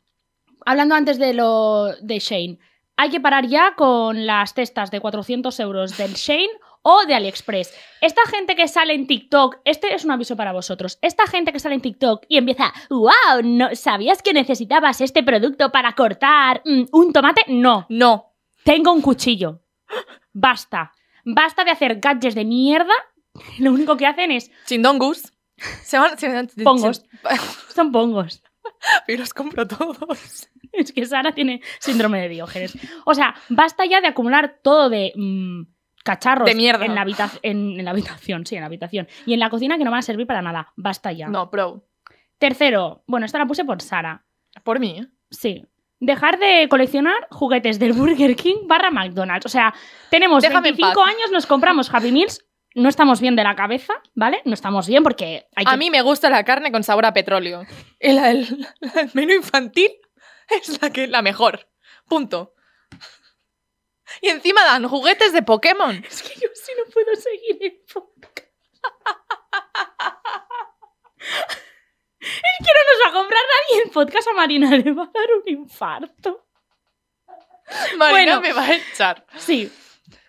Hablando antes de lo de Shane, hay que parar ya con las cestas de 400 euros del Shane o de AliExpress. Esta gente que sale en TikTok, este es un aviso para vosotros. Esta gente que sale en TikTok y empieza, wow, no, ¿sabías que necesitabas este producto para cortar mm, un tomate? No, No. tengo un cuchillo. Basta. Basta de hacer gadgets de mierda. [LAUGHS] Lo único que hacen es, Chindongus. Se van, se van- Pongos. son pongos. [LAUGHS] Y los compro todos. [LAUGHS] Es que Sara tiene síndrome de Diógenes. O sea, basta ya de acumular todo de mm, cacharros De mierda. En, la habita- en, en la habitación, sí, en la habitación. Y en la cocina que no van a servir para nada. Basta ya. No, pro. Tercero, bueno, esta la puse por Sara. Por mí. ¿eh? Sí. Dejar de coleccionar juguetes del Burger King barra McDonald's. O sea, tenemos Déjame en 25 paz. años, nos compramos Happy Meals, no estamos bien de la cabeza, ¿vale? No estamos bien porque hay que... A mí me gusta la carne con sabor a petróleo. Y la del [LAUGHS] la del menú infantil es la, que, la mejor. Punto. Y encima dan juguetes de [LAUGHS] Pokémon. Es que yo sí no puedo seguir el podcast. Es que no nos va a comprar nadie el podcast a Marina, le va a dar un infarto. Marina Bueno. me va a echar. Sí,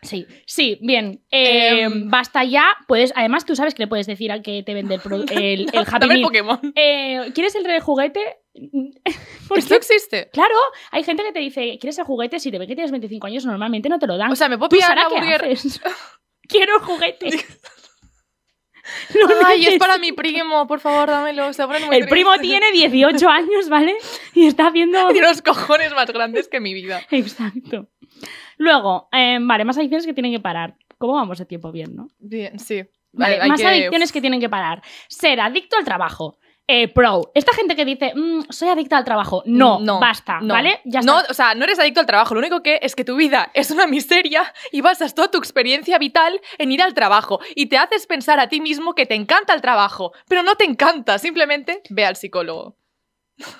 sí, sí, bien. Eh, Em. basta ya, puedes. Además, tú sabes que le puedes decir al que te vende [LAUGHS] el, pro- el, el Happy Dame el Meal. Pokémon. Eh, ¿Quieres el re- juguete? Porque, ¿Esto Pues existe? [LAUGHS] claro, hay gente que te dice, ¿quieres el juguete? Si te ve que tienes 25 años, normalmente no te lo dan. O sea, ¿me puedo ¿Tú, pillar Sara, la Pues qué [LAUGHS] burger? haces? Quiero juguete. [LAUGHS] Lo Ay, es para necesito. mi primo, por favor, dámelo. Se pone muy El primo triste. tiene [LAUGHS] 18 años, ¿vale? Y está viendo... Tiene los cojones más grandes que mi vida. Exacto. Luego, eh, vale, más adicciones que tienen que parar. ¿Cómo vamos de tiempo bien, no? Bien, sí. Vale, Hay- hay más que- adicciones que tienen que parar. Ser adicto al trabajo. Eh, pro. Esta gente que dice, "Mm, soy adicta al trabajo. No, No, basta, no. ¿vale? Ya está. No, o sea, no eres adicto al trabajo. Lo único que es que tu vida es una miseria y basas toda tu experiencia vital en ir al trabajo y te haces pensar a ti mismo que te encanta el trabajo, pero no te encanta. Simplemente ve al psicólogo.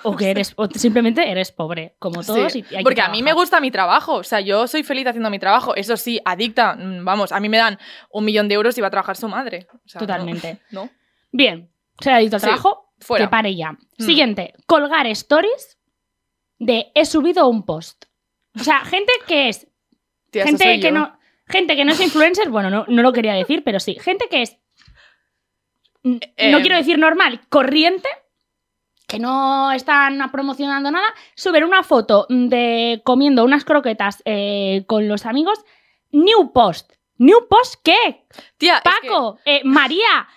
O que eres, o simplemente eres pobre, como todos. Sí, y hay que porque a mí me trabajar. gusta mi trabajo. O sea, yo soy feliz haciendo mi trabajo. Eso sí, adicta. mm, Vamos, a mí me dan un millón de euros y va a trabajar su madre. O sea, no, Totalmente. No, Bien, ser adicto al Sí. trabajo, fuera. Que pare ya. Mm. Siguiente, colgar stories de he subido un post. O sea, gente que es. [LAUGHS] Tía, eso gente soy que yo. no. Gente que no es influencer, bueno, no, no lo quería decir, pero sí. Gente que es. n- Eh, no quiero decir normal, corriente, que no están promocionando nada. Suben una foto de comiendo unas croquetas eh, con los amigos. New post. ¿New post qué? Tía, es que- Paco, eh, María,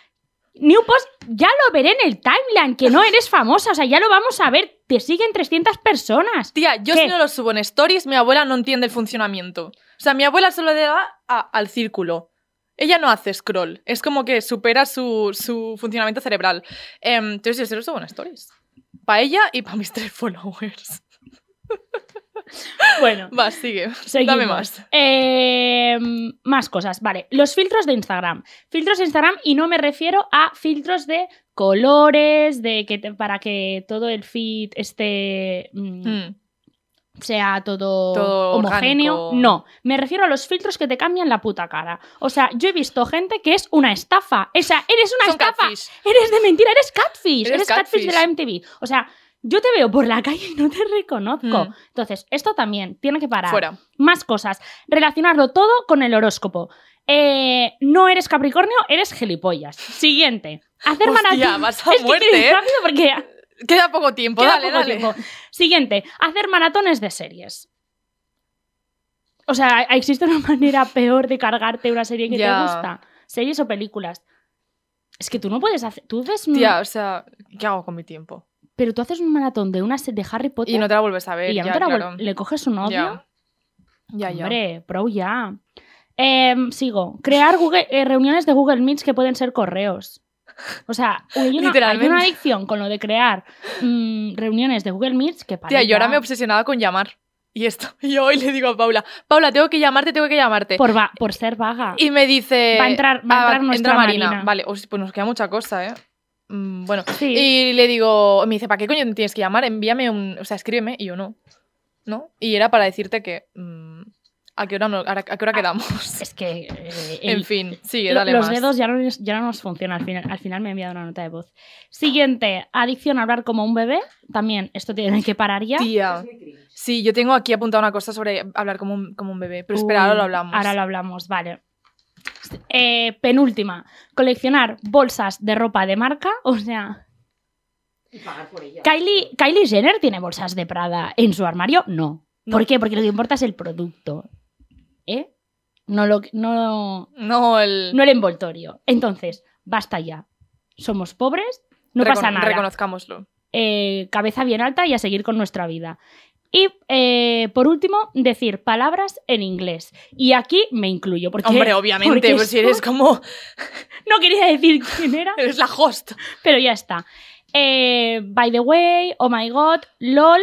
New Post, ya lo veré en el timeline, que no eres famosa, o sea, ya lo vamos a ver, te siguen 300 [LAUGHS] personas. Tía, yo ¿Qué? si no lo subo en stories, mi abuela no entiende el funcionamiento. O sea, mi abuela solo le da a- al círculo. Ella no hace scroll. Es como que supera su, su funcionamiento cerebral. Em, entonces yo se lo subo en stories. Para ella y para mis tres [LAUGHS] followers. Bueno, Va, sigue. seguimos. Dame más. Eh, más cosas, vale. Los filtros de Instagram. Filtros de Instagram y no me refiero a filtros de colores, de que te- para que todo el feed esté mm, Mm, sea todo, Todo homogéneo. orgánico. No, me refiero a los filtros que te cambian la puta cara. O sea, yo he visto gente que es una estafa. O sea, eres una Son estafa. catfish. Eres de mentira, eres catfish. Eres Eres, catfish. catfish. de la MTV. O sea, yo te veo por la calle y no te reconozco. Mm. Entonces, esto también tiene que parar. Fuera. Más cosas. Relacionarlo todo con el horóscopo. Eh, no eres Capricornio, eres gilipollas. Siguiente. Hacer Hostia, maratones. vas a es que quiero ir muerte, ¿eh? rápido porque Queda poco tiempo, Queda dale, poco dale. tiempo. Siguiente, hacer maratones de series. O sea, ¿existe una manera peor de cargarte una serie que Ya. te gusta? Series o películas. Es que tú no puedes hacer. Tú ves. un- Tía, o sea, ¿qué hago con mi tiempo? Pero tú haces un maratón de una se- de Harry Potter Y no te la vuelves a ver. y ya ya, no te la vuel- claro. le coges un odio. Ya, ya. ya. Hombre, pro ya. Em, sigo. Crear Google- eh, reuniones de Google Meets que pueden ser correos. O sea, hay una, hay Literalmente. una adicción con lo de crear mm, reuniones de Google Meets que para. Tía, yo ahora me obsesionaba con llamar. Y esto, [LAUGHS] y hoy le digo a Paula, Paula, tengo que llamarte, tengo que llamarte. por, va- por ser vaga. Y me dice... va a entrar, va a "Ah, entrar nuestra entra Marina. Marina. Vale, os- pues nos queda mucha cosa, ¿eh? Mm, bueno. Sí. Y le digo, me dice, ¿para qué coño tienes que llamar? Envíame un... O sea, escríbeme. Y yo no. ¿No? Y era para decirte que... mm, ¿A qué hora, no- a- a qué hora [LAUGHS] quedamos? Es que. eh, el- en fin, sigue, lo- dale los más. dedos ya no, nos- ya no nos funcionan. Al final, al final me ha enviado una nota de voz. Siguiente, adicción a hablar como un bebé. También, esto tiene que parar ya. Tía. Sí, yo tengo aquí apuntada una cosa sobre hablar como un, como un bebé. Pero espera, ahora Uy, lo hablamos. Ahora lo hablamos, vale. Eh, penúltima, coleccionar bolsas de ropa de marca. O sea, Y pagar por ella. Kylie, Kylie Jenner tiene bolsas de Prada en su armario. No. ¿Por qué? Porque lo que importa es el producto. ¿Eh? No, lo, no, No, el. no el envoltorio. Entonces, basta ya. Somos pobres, no recon- pasa nada. Reconozcámoslo. eh, cabeza bien alta y a seguir con nuestra vida. Y eh, por último, decir palabras en inglés. Y aquí me incluyo, porque, Hombre, obviamente, porque pues si eres soy- como. [LAUGHS] no quería decir quién era, Eres la host. pero ya está. Eh, by the way, oh my god, lol,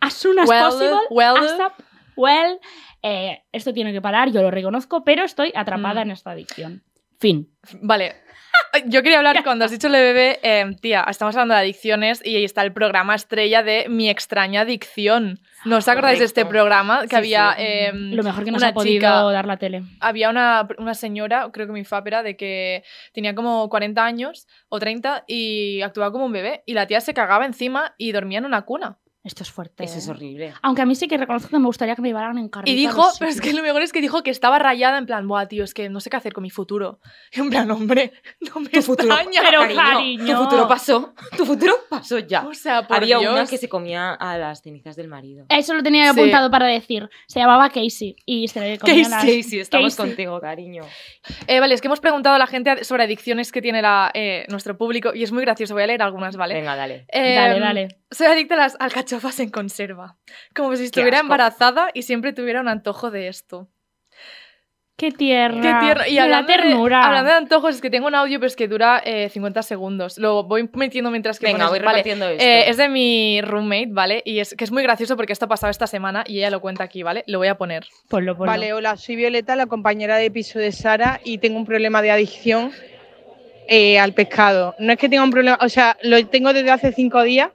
as soon as Well, possible, well. ASAP, well. Eh, esto tiene que parar, yo lo reconozco, pero estoy atrapada Mm. en esta adicción. Fin. Vale. Yo quería [LAUGHS] hablar, cuando has dicho lo de bebé, eh, tía, estamos hablando de adicciones y ahí está el programa estrella de Mi extraña adicción. ¿No os acordáis de este Correcto. programa? Que Sí, había, sí. em, Lo mejor que nos una ha podido chica- dar la tele. había una, una señora, creo que mi fap era, de que tenía como 40 años o 30 y actuaba como un bebé. Y la tía se cagaba encima y dormía en una cuna. Esto es fuerte. Eso es ¿eh? [LAUGHS] horrible. Aunque a mí sí que reconozco que me gustaría que me llevaran en carrito. Y a dijo, los pero es que sitios. lo mejor es que dijo que estaba rayada en plan, buah, tío, es que no sé qué hacer con mi futuro. [LAUGHS] Y en plan, hombre, no me Tu futuro, extraña. [LAUGHS] Pero cariño, cariño. Tu futuro pasó. [LAUGHS] Tu futuro pasó ya. O sea, por Había Dios. una que se comía a las cenizas del marido. [LAUGHS] Eso lo tenía yo Sí. apuntado para decir. Se llamaba Casey. Y se le comía las- Sí, sí, estamos Casey. contigo, cariño. Eh, vale, es que hemos preguntado a la gente ad- sobre adicciones que tiene la, eh, nuestro público y es muy gracioso. Voy a leer algunas, ¿vale? Venga, dale. Eh, Dale, dale. Soy adicta a las alcachofas en conserva. Como si estuviera asco. embarazada y siempre tuviera un antojo de esto. Qué tierna. Qué tierno. Ah, Y De la hablando de- ternura. hablando de antojos, es que tengo un audio, pero es que dura eh, 50 segundos. Lo voy metiendo mientras que Venga, pones- voy vale. repartiendo esto. Eh, es de mi roommate, ¿vale? Y es que es muy gracioso porque esto ha pasado esta semana y ella lo cuenta aquí, ¿vale? Lo voy a poner. Ponlo, ponlo. Vale, hola, soy Violeta, la compañera de piso de Sara y tengo un problema de adicción eh, al pescado. No es que tenga un problema, o sea, lo tengo desde hace cinco días,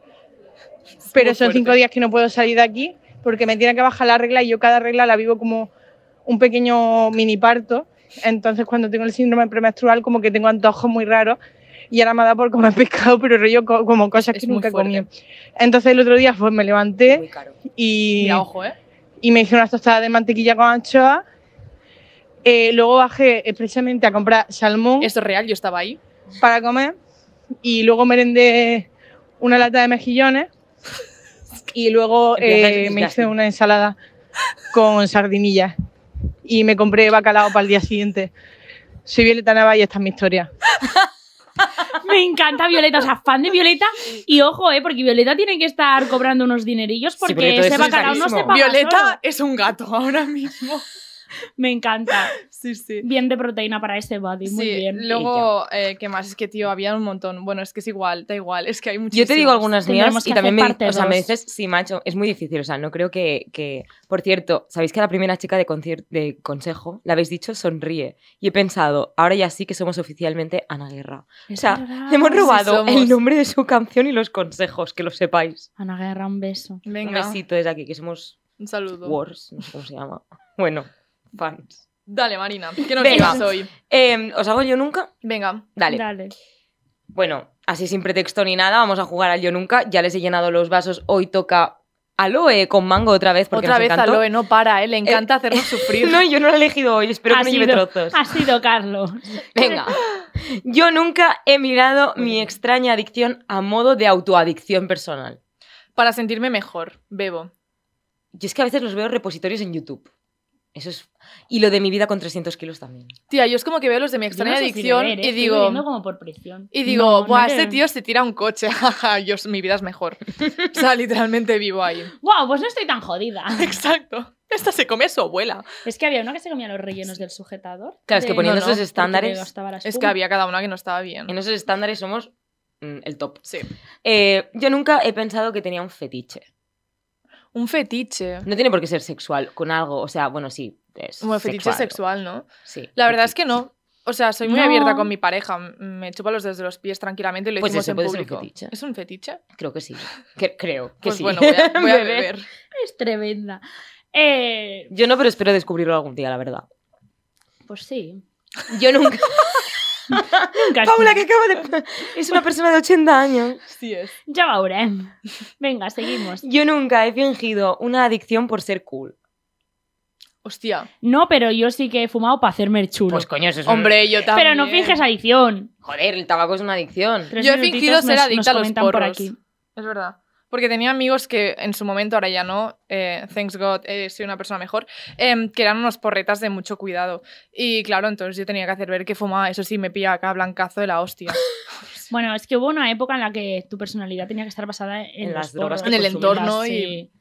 pero muy son fuerte. cinco días que no puedo salir de aquí porque me tiene que bajar la regla y yo cada regla la vivo como un pequeño mini parto. Entonces, cuando tengo el síndrome premenstrual, como que tengo antojos muy raros y ahora me ha dado por comer [LAUGHS] pescado, pero rollo co- como cosas Es que muy nunca he fuerte. comido. Entonces, el otro día pues, me levanté Muy caro. y Mira, ojo, ¿eh? y me hice unas tostadas de mantequilla con anchoa. Eh, luego bajé expresamente a comprar salmón Esto es real, yo estaba ahí. para comer y luego merendé una lata de mejillones y luego Empieza eh, el me hice disgusting. una ensalada con sardinillas y me compré bacalao para el día siguiente. Soy Violeta Nava y esta es mi historia. Me encanta Violeta. O sea, fan de Violeta. Y ojo, eh, porque Violeta tiene que estar cobrando unos dinerillos porque, porque todo ese eso es bacalao no se carísimo. paga Violeta solo. es un gato [LAUGHS] ahora mismo. Me encanta. Sí, sí. Bien de proteína para ese body. Muy sí, bien. luego, eh, ¿qué más? Es que, tío, había un montón. Bueno, es que es igual, da igual. Es que hay muchísimos. Yo te digo algunas Tendremos mías que y también me, hacer di- parte o sea, me dos. dices, sí, macho, es muy difícil. O sea, no creo que. que- Por cierto, ¿sabéis que a la primera chica de, concier- de consejo la habéis dicho sonríe? Y he pensado, ahora ya sí que somos oficialmente Ana Guerra. O sea, Le Hemos robado somos. el nombre de su canción y los consejos, que lo sepáis. Ana Guerra, un beso. Venga, Un un, besito desde aquí, que somos saludo. Wars, no sé cómo se llama. [LAUGHS] Bueno, fans. Dale, Marina, que nos Venga. llevas hoy? Eh, ¿Os hago yo nunca? Venga. Dale. Dale. Bueno, así sin pretexto ni nada, vamos a jugar al Yo Nunca. Ya les he llenado los vasos. Hoy toca aloe con mango otra vez porque Otra nos vez encantó. Aloe no para, ¿eh? Le encanta hacernos sufrir. [LAUGHS] No, yo no lo he elegido hoy, espero Ha que no lleve sido- trozos. Ha sido Carlos. Venga. Yo nunca he mirado mi extraña adicción a modo de autoadicción personal. Para sentirme mejor, bebo. Yo es que a veces los veo repositorios en YouTube. Eso es. Y lo de mi vida con 300 kilos también. Tía, yo es como que veo los de mi Yo no extraña sé si adicción beber, ¿eh? y Estoy digo... bebiendo como por presión. Y digo, No, no Buah, te- este tío se tira un coche, [LAUGHS] jaja, yo, mi vida es mejor. o sea, literalmente vivo ahí. Guau, pues no estoy tan jodida. [LAUGHS] Exacto. Esta se come a su abuela. es que había una que se comía los rellenos del sujetador. Claro, es que poniendo no, esos no, estándares, Es Uh. que había cada una que no estaba bien. en esos estándares somos mm, el top. Sí. Eh, yo nunca he pensado que tenía un fetiche. Un fetiche. No tiene por qué ser sexual con algo, o sea, bueno, sí. Es Un fetiche sexual. sexual, ¿no? Sí. La verdad es que no. O sea, soy muy No. abierta con mi pareja. m- Me chupa los dedos de los pies tranquilamente y lo Pues hicimos eso en puede ser un público. fetiche. ¿Es un fetiche? Creo que sí. Que- creo que Pues sí. bueno, voy a, voy a Bebé. beber. Es tremenda. Eh, [LAUGHS] Yo no, pero espero descubrirlo algún día, la verdad. pues sí. [LAUGHS] Yo nunca. Nunca es Paula, que acaba de. [LAUGHS] Es una persona de 80 años. Sí es. Ya va ahora. ¿eh? Venga, seguimos. Yo nunca he fingido una adicción por ser cool. Hostia. No, pero yo sí que he fumado para hacerme el chulo. Pues coño, eso es. un- Hombre, yo también. pero no finges adicción. Joder, el tabaco es una adicción. Tres Yo he minutitos fingido ser nos- adicta nos a los comentan Por porros. aquí. Es verdad. Porque tenía amigos que en su momento, ahora ya no, eh, thanks God, eh, soy una persona mejor, em, que eran unos porretas de mucho cuidado. Y claro, entonces yo tenía que hacer ver que fumaba, eso sí, me pilla acá blancazo de la hostia. Bueno, es que hubo una época en la que tu personalidad tenía que estar basada en, En los las porros. drogas que En el consumías. entorno y- Sí.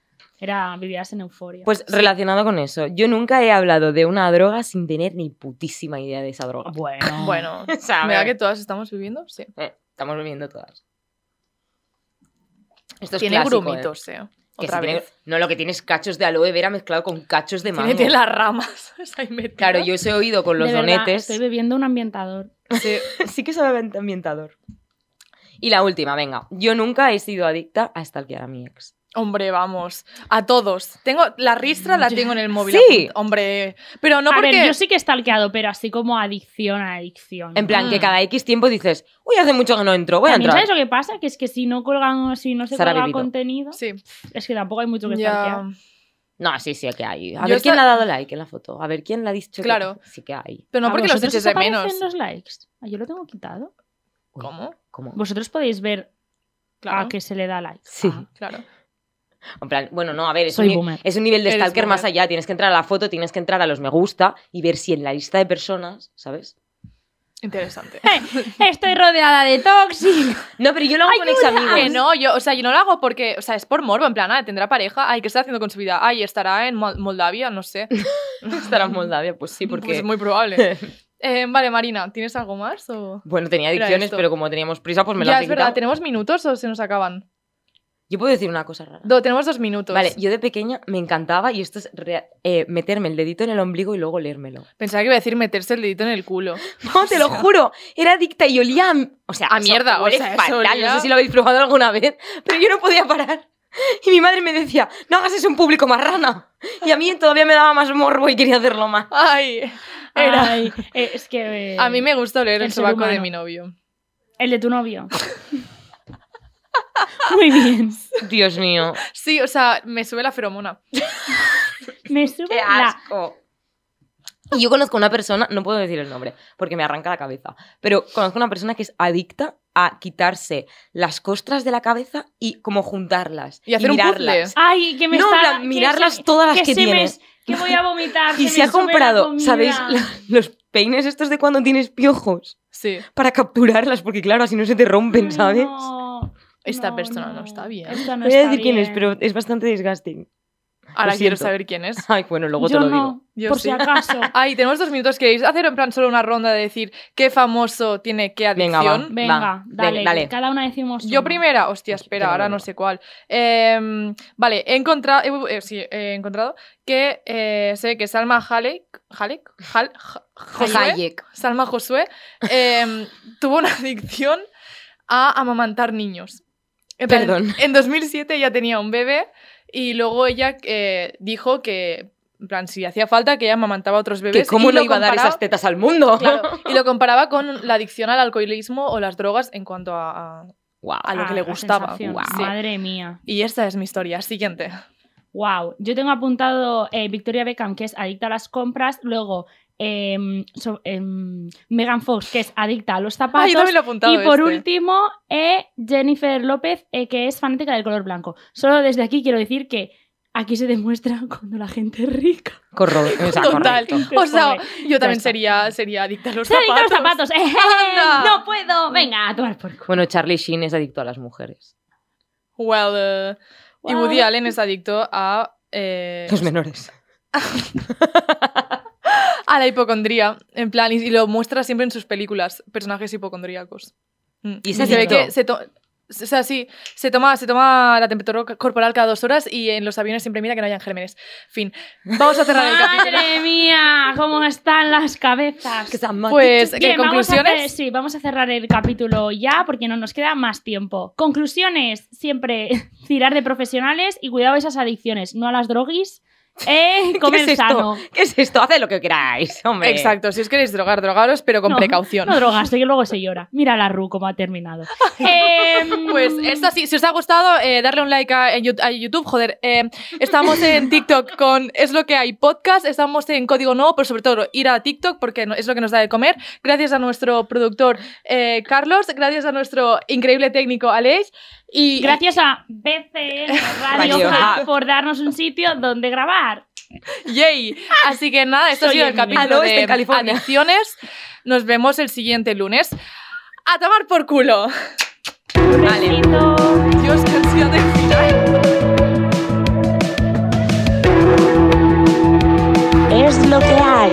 Era, vivías en euforia. Pues relacionado con eso, yo nunca he hablado de una droga sin tener ni putísima idea de esa droga. [LAUGHS] bueno. Bueno, O sea, a ¿me da ver, que todas estamos viviendo? Sí. eh, estamos viviendo todas. Esto es tiene clásico, eh. grumitos, eh. Que Otra si tiene- vez. no, lo que tienes cachos de aloe vera mezclado con cachos de mango. Tiene, tiene las ramas. [LAUGHS] o sea, ahí metidas. Claro, yo os he oído con los De verdad, donetes. Estoy bebiendo un ambientador. Sí. [LAUGHS] sí que sabe ambi- ambientador. Y la última, venga. Yo nunca he sido adicta a stalkear a mi ex. Hombre, vamos. A todos. Tengo la ristra la tengo en el móvil. Sí. apunta- Hombre. Pero no a porque. ver, yo sí que he stalkeado, pero así como adicción a adicción. En plan, Mm. que cada X tiempo dices, uy, hace mucho que no entro, voy a También, entrar. ¿sabes lo que pasa? Que es que si no colgan, si no se Sara colga Vivido. contenido, Sí. es que tampoco hay mucho que stalkear. Ya. No, sí, sí que hay. A Yo ver esta- quién le ha dado like en la foto. A ver quién le ha dicho Claro. que sí que hay. Pero ¿A no porque los vosotros eches os de aparecen menos. los likes? Ah, Yo lo tengo quitado. Uy, ¿Cómo? ¿Cómo? Vosotros podéis ver Claro. a que se le da [LAUGHS] like. Sí. Ah, Claro. En plan, bueno, no, a ver, es, Soy un, ni- boomer. es un nivel de Eres stalker más boomer. allá. Tienes que entrar a la foto, tienes que entrar a los me gusta y ver si en la lista de personas, ¿sabes? Interesante. Eh, Estoy rodeada de tóxicos. No, pero yo lo hago Ay, con qué ex buena. amigos. Que [LAUGHS] no, yo, o sea, yo no lo hago porque, o sea, es por morbo, en plan, ah, tendrá pareja, ay, ¿qué está haciendo con su vida? Ay, estará en Mol- Moldavia, no [LAUGHS] sé. Estará en Moldavia, pues sí, Pues porque... es muy [LAUGHS] probable. Eh, vale, Marina, ¿tienes algo más? O... Bueno, tenía Era adicciones, esto. pero como teníamos prisa, pues me ya, las he es verdad, quitado. ¿tenemos minutos o se nos acaban? Yo puedo decir una cosa rara. Do- tenemos dos minutos. Vale, yo de pequeña me encantaba, y esto es rea- eh, meterme el dedito en el ombligo y luego leérmelo. Pensaba que iba a decir meterse el dedito en el [LAUGHS] culo. No, [LAUGHS] te lo juro, era adicta y olía a, o sea, A eso mierda, o huele sea, eso fatal, olía- no sé si lo habéis probado alguna vez, pero yo no podía parar. Y mi madre me decía, no hagas eso a un público marrana. Y a mí todavía me daba más morbo y quería hacerlo más. Ay, [LAUGHS] era. Ay, eh, es que. eh, A mí me gusta leer el, el ser sobaco de humano. mi novio. El de tu novio. [LAUGHS] Muy bien. Dios mío, Sí, o sea, me sube la feromona. Me sube qué la. asco. Y yo conozco una persona, no puedo decir el nombre, porque me arranca la cabeza, pero conozco una persona que es adicta a quitarse las costras de la cabeza y como juntarlas. Y hacer un mirarlas. Ay, que me No, en está. plan, que mirarlas se- todas las que se me- tienes. que voy a vomitar. Y que se me ha sube la comprado, comida. ¿sabéis? [LAUGHS] La- los peines estos de cuando tienes piojos Sí. para capturarlas, porque claro, así no se te rompen, Ay, ¿sabes? no. Esta No, persona no está bien. Esta no Voy a está decir quién es, bien. pero es bastante disgusting. Ahora Lo quiero siento. saber quién es. Ay, bueno, luego Yo te lo no, digo. Yo por sí. si acaso. [LAUGHS] Ay, tenemos dos minutos. ¿Queréis hacer en plan solo una ronda de decir qué famoso tiene qué Venga, adicción? va. Venga, Va, dale, ven, dale. Cada una decimos. Yo uno. primera, hostia, espera, Yo ahora primero. no sé cuál. Em, vale, he encontrado, eh, eh, sí, he encontrado que eh, sé que Salma Halek, Halek, Hal- Ja- Josué, é? Hayek. Salma Josué, em, [LAUGHS] tuvo una adicción a amamantar niños. En plan, Perdón. En 2007 ella tenía un bebé y luego ella eh, dijo que, en plan, si hacía falta, que ella amamantaba a otros Que bebés. cómo y no lo iba a dar comparaba- esas tetas [LAUGHS] al [LAUGHS] mundo. Claro, y lo comparaba con la adicción al alcoholismo o las drogas en cuanto a- a Guau. a lo que Ah, le la gustaba. sensación. Guau. Sí. Madre mía. Y esta es mi historia. Siguiente. Wow. Yo tengo apuntado eh, Victoria Beckham, que es adicta a las compras. Luego. em, so- em, Megan Fox, que es adicta a los zapatos. Ah, yo también lo he apuntado. y por este. último, eh, Jennifer López, eh, que es fanática del color blanco. Solo desde aquí quiero decir que aquí se demuestra [LAUGHS] cuando la gente es rica. Corro- o sea, Total. correcto. O sea, Correcto. yo también está. sería, sería adicta a los Se adicta a los zapatos. zapatos. [LAUGHS] Eh, eh, Anda. no puedo. Venga, a tomar por culo. Bueno, Charlie Sheen es adicto a las mujeres. Well, eh, y Woody Wow. Allen es adicto a. eh, Los menores. a la hipocondría. En plan, y, y lo muestra siempre en sus películas. Personajes hipocondríacos. Mm. ¿Y es se ve adicto? que se to- o sea, sí, se toma, se toma la temperatura corporal cada dos horas y en los aviones siempre mira que no hayan gérmenes. Fin. Vamos a [LAUGHS] cerrar el capítulo. Madre mía, cómo están las cabezas. Que se han matado. Pues, ¿qué Bien, vamos a hacer- conclusiones? sí, vamos a cerrar el capítulo ya porque no nos queda más tiempo. [LAUGHS] Conclusiones, siempre tirar de profesionales y cuidado a esas adicciones, no a las droguis Eh, comer ¿Qué es sano. esto? ¿Qué es esto? Haced lo que queráis, hombre. Exacto, si os queréis drogar, drogaros, pero con No, precaución. No drogas, que luego se llora. Mira la Ru cómo ha terminado. Em, Pues esto sí, si os ha gustado, eh, darle un like a, a Yu- a YouTube, joder. eh, estamos en TikTok con Es lo que hay podcast, estamos en Código Nuevo, pero sobre todo ir a TikTok porque no- es lo que nos da de comer. Gracias a nuestro productor eh, Carlos, gracias a nuestro increíble técnico Aleix y [LAUGHS] Gracias a BCN Radio Radio Hub Hub. por darnos un sitio donde grabar. Yay. Así que nada, esto ha Soy sido el Emily. Al capítulo oeste, de en California. adicciones. Nos vemos el siguiente lunes. A tomar por culo. Vale. Besito. Dios, qué ansiedad del final. Es lo que hay.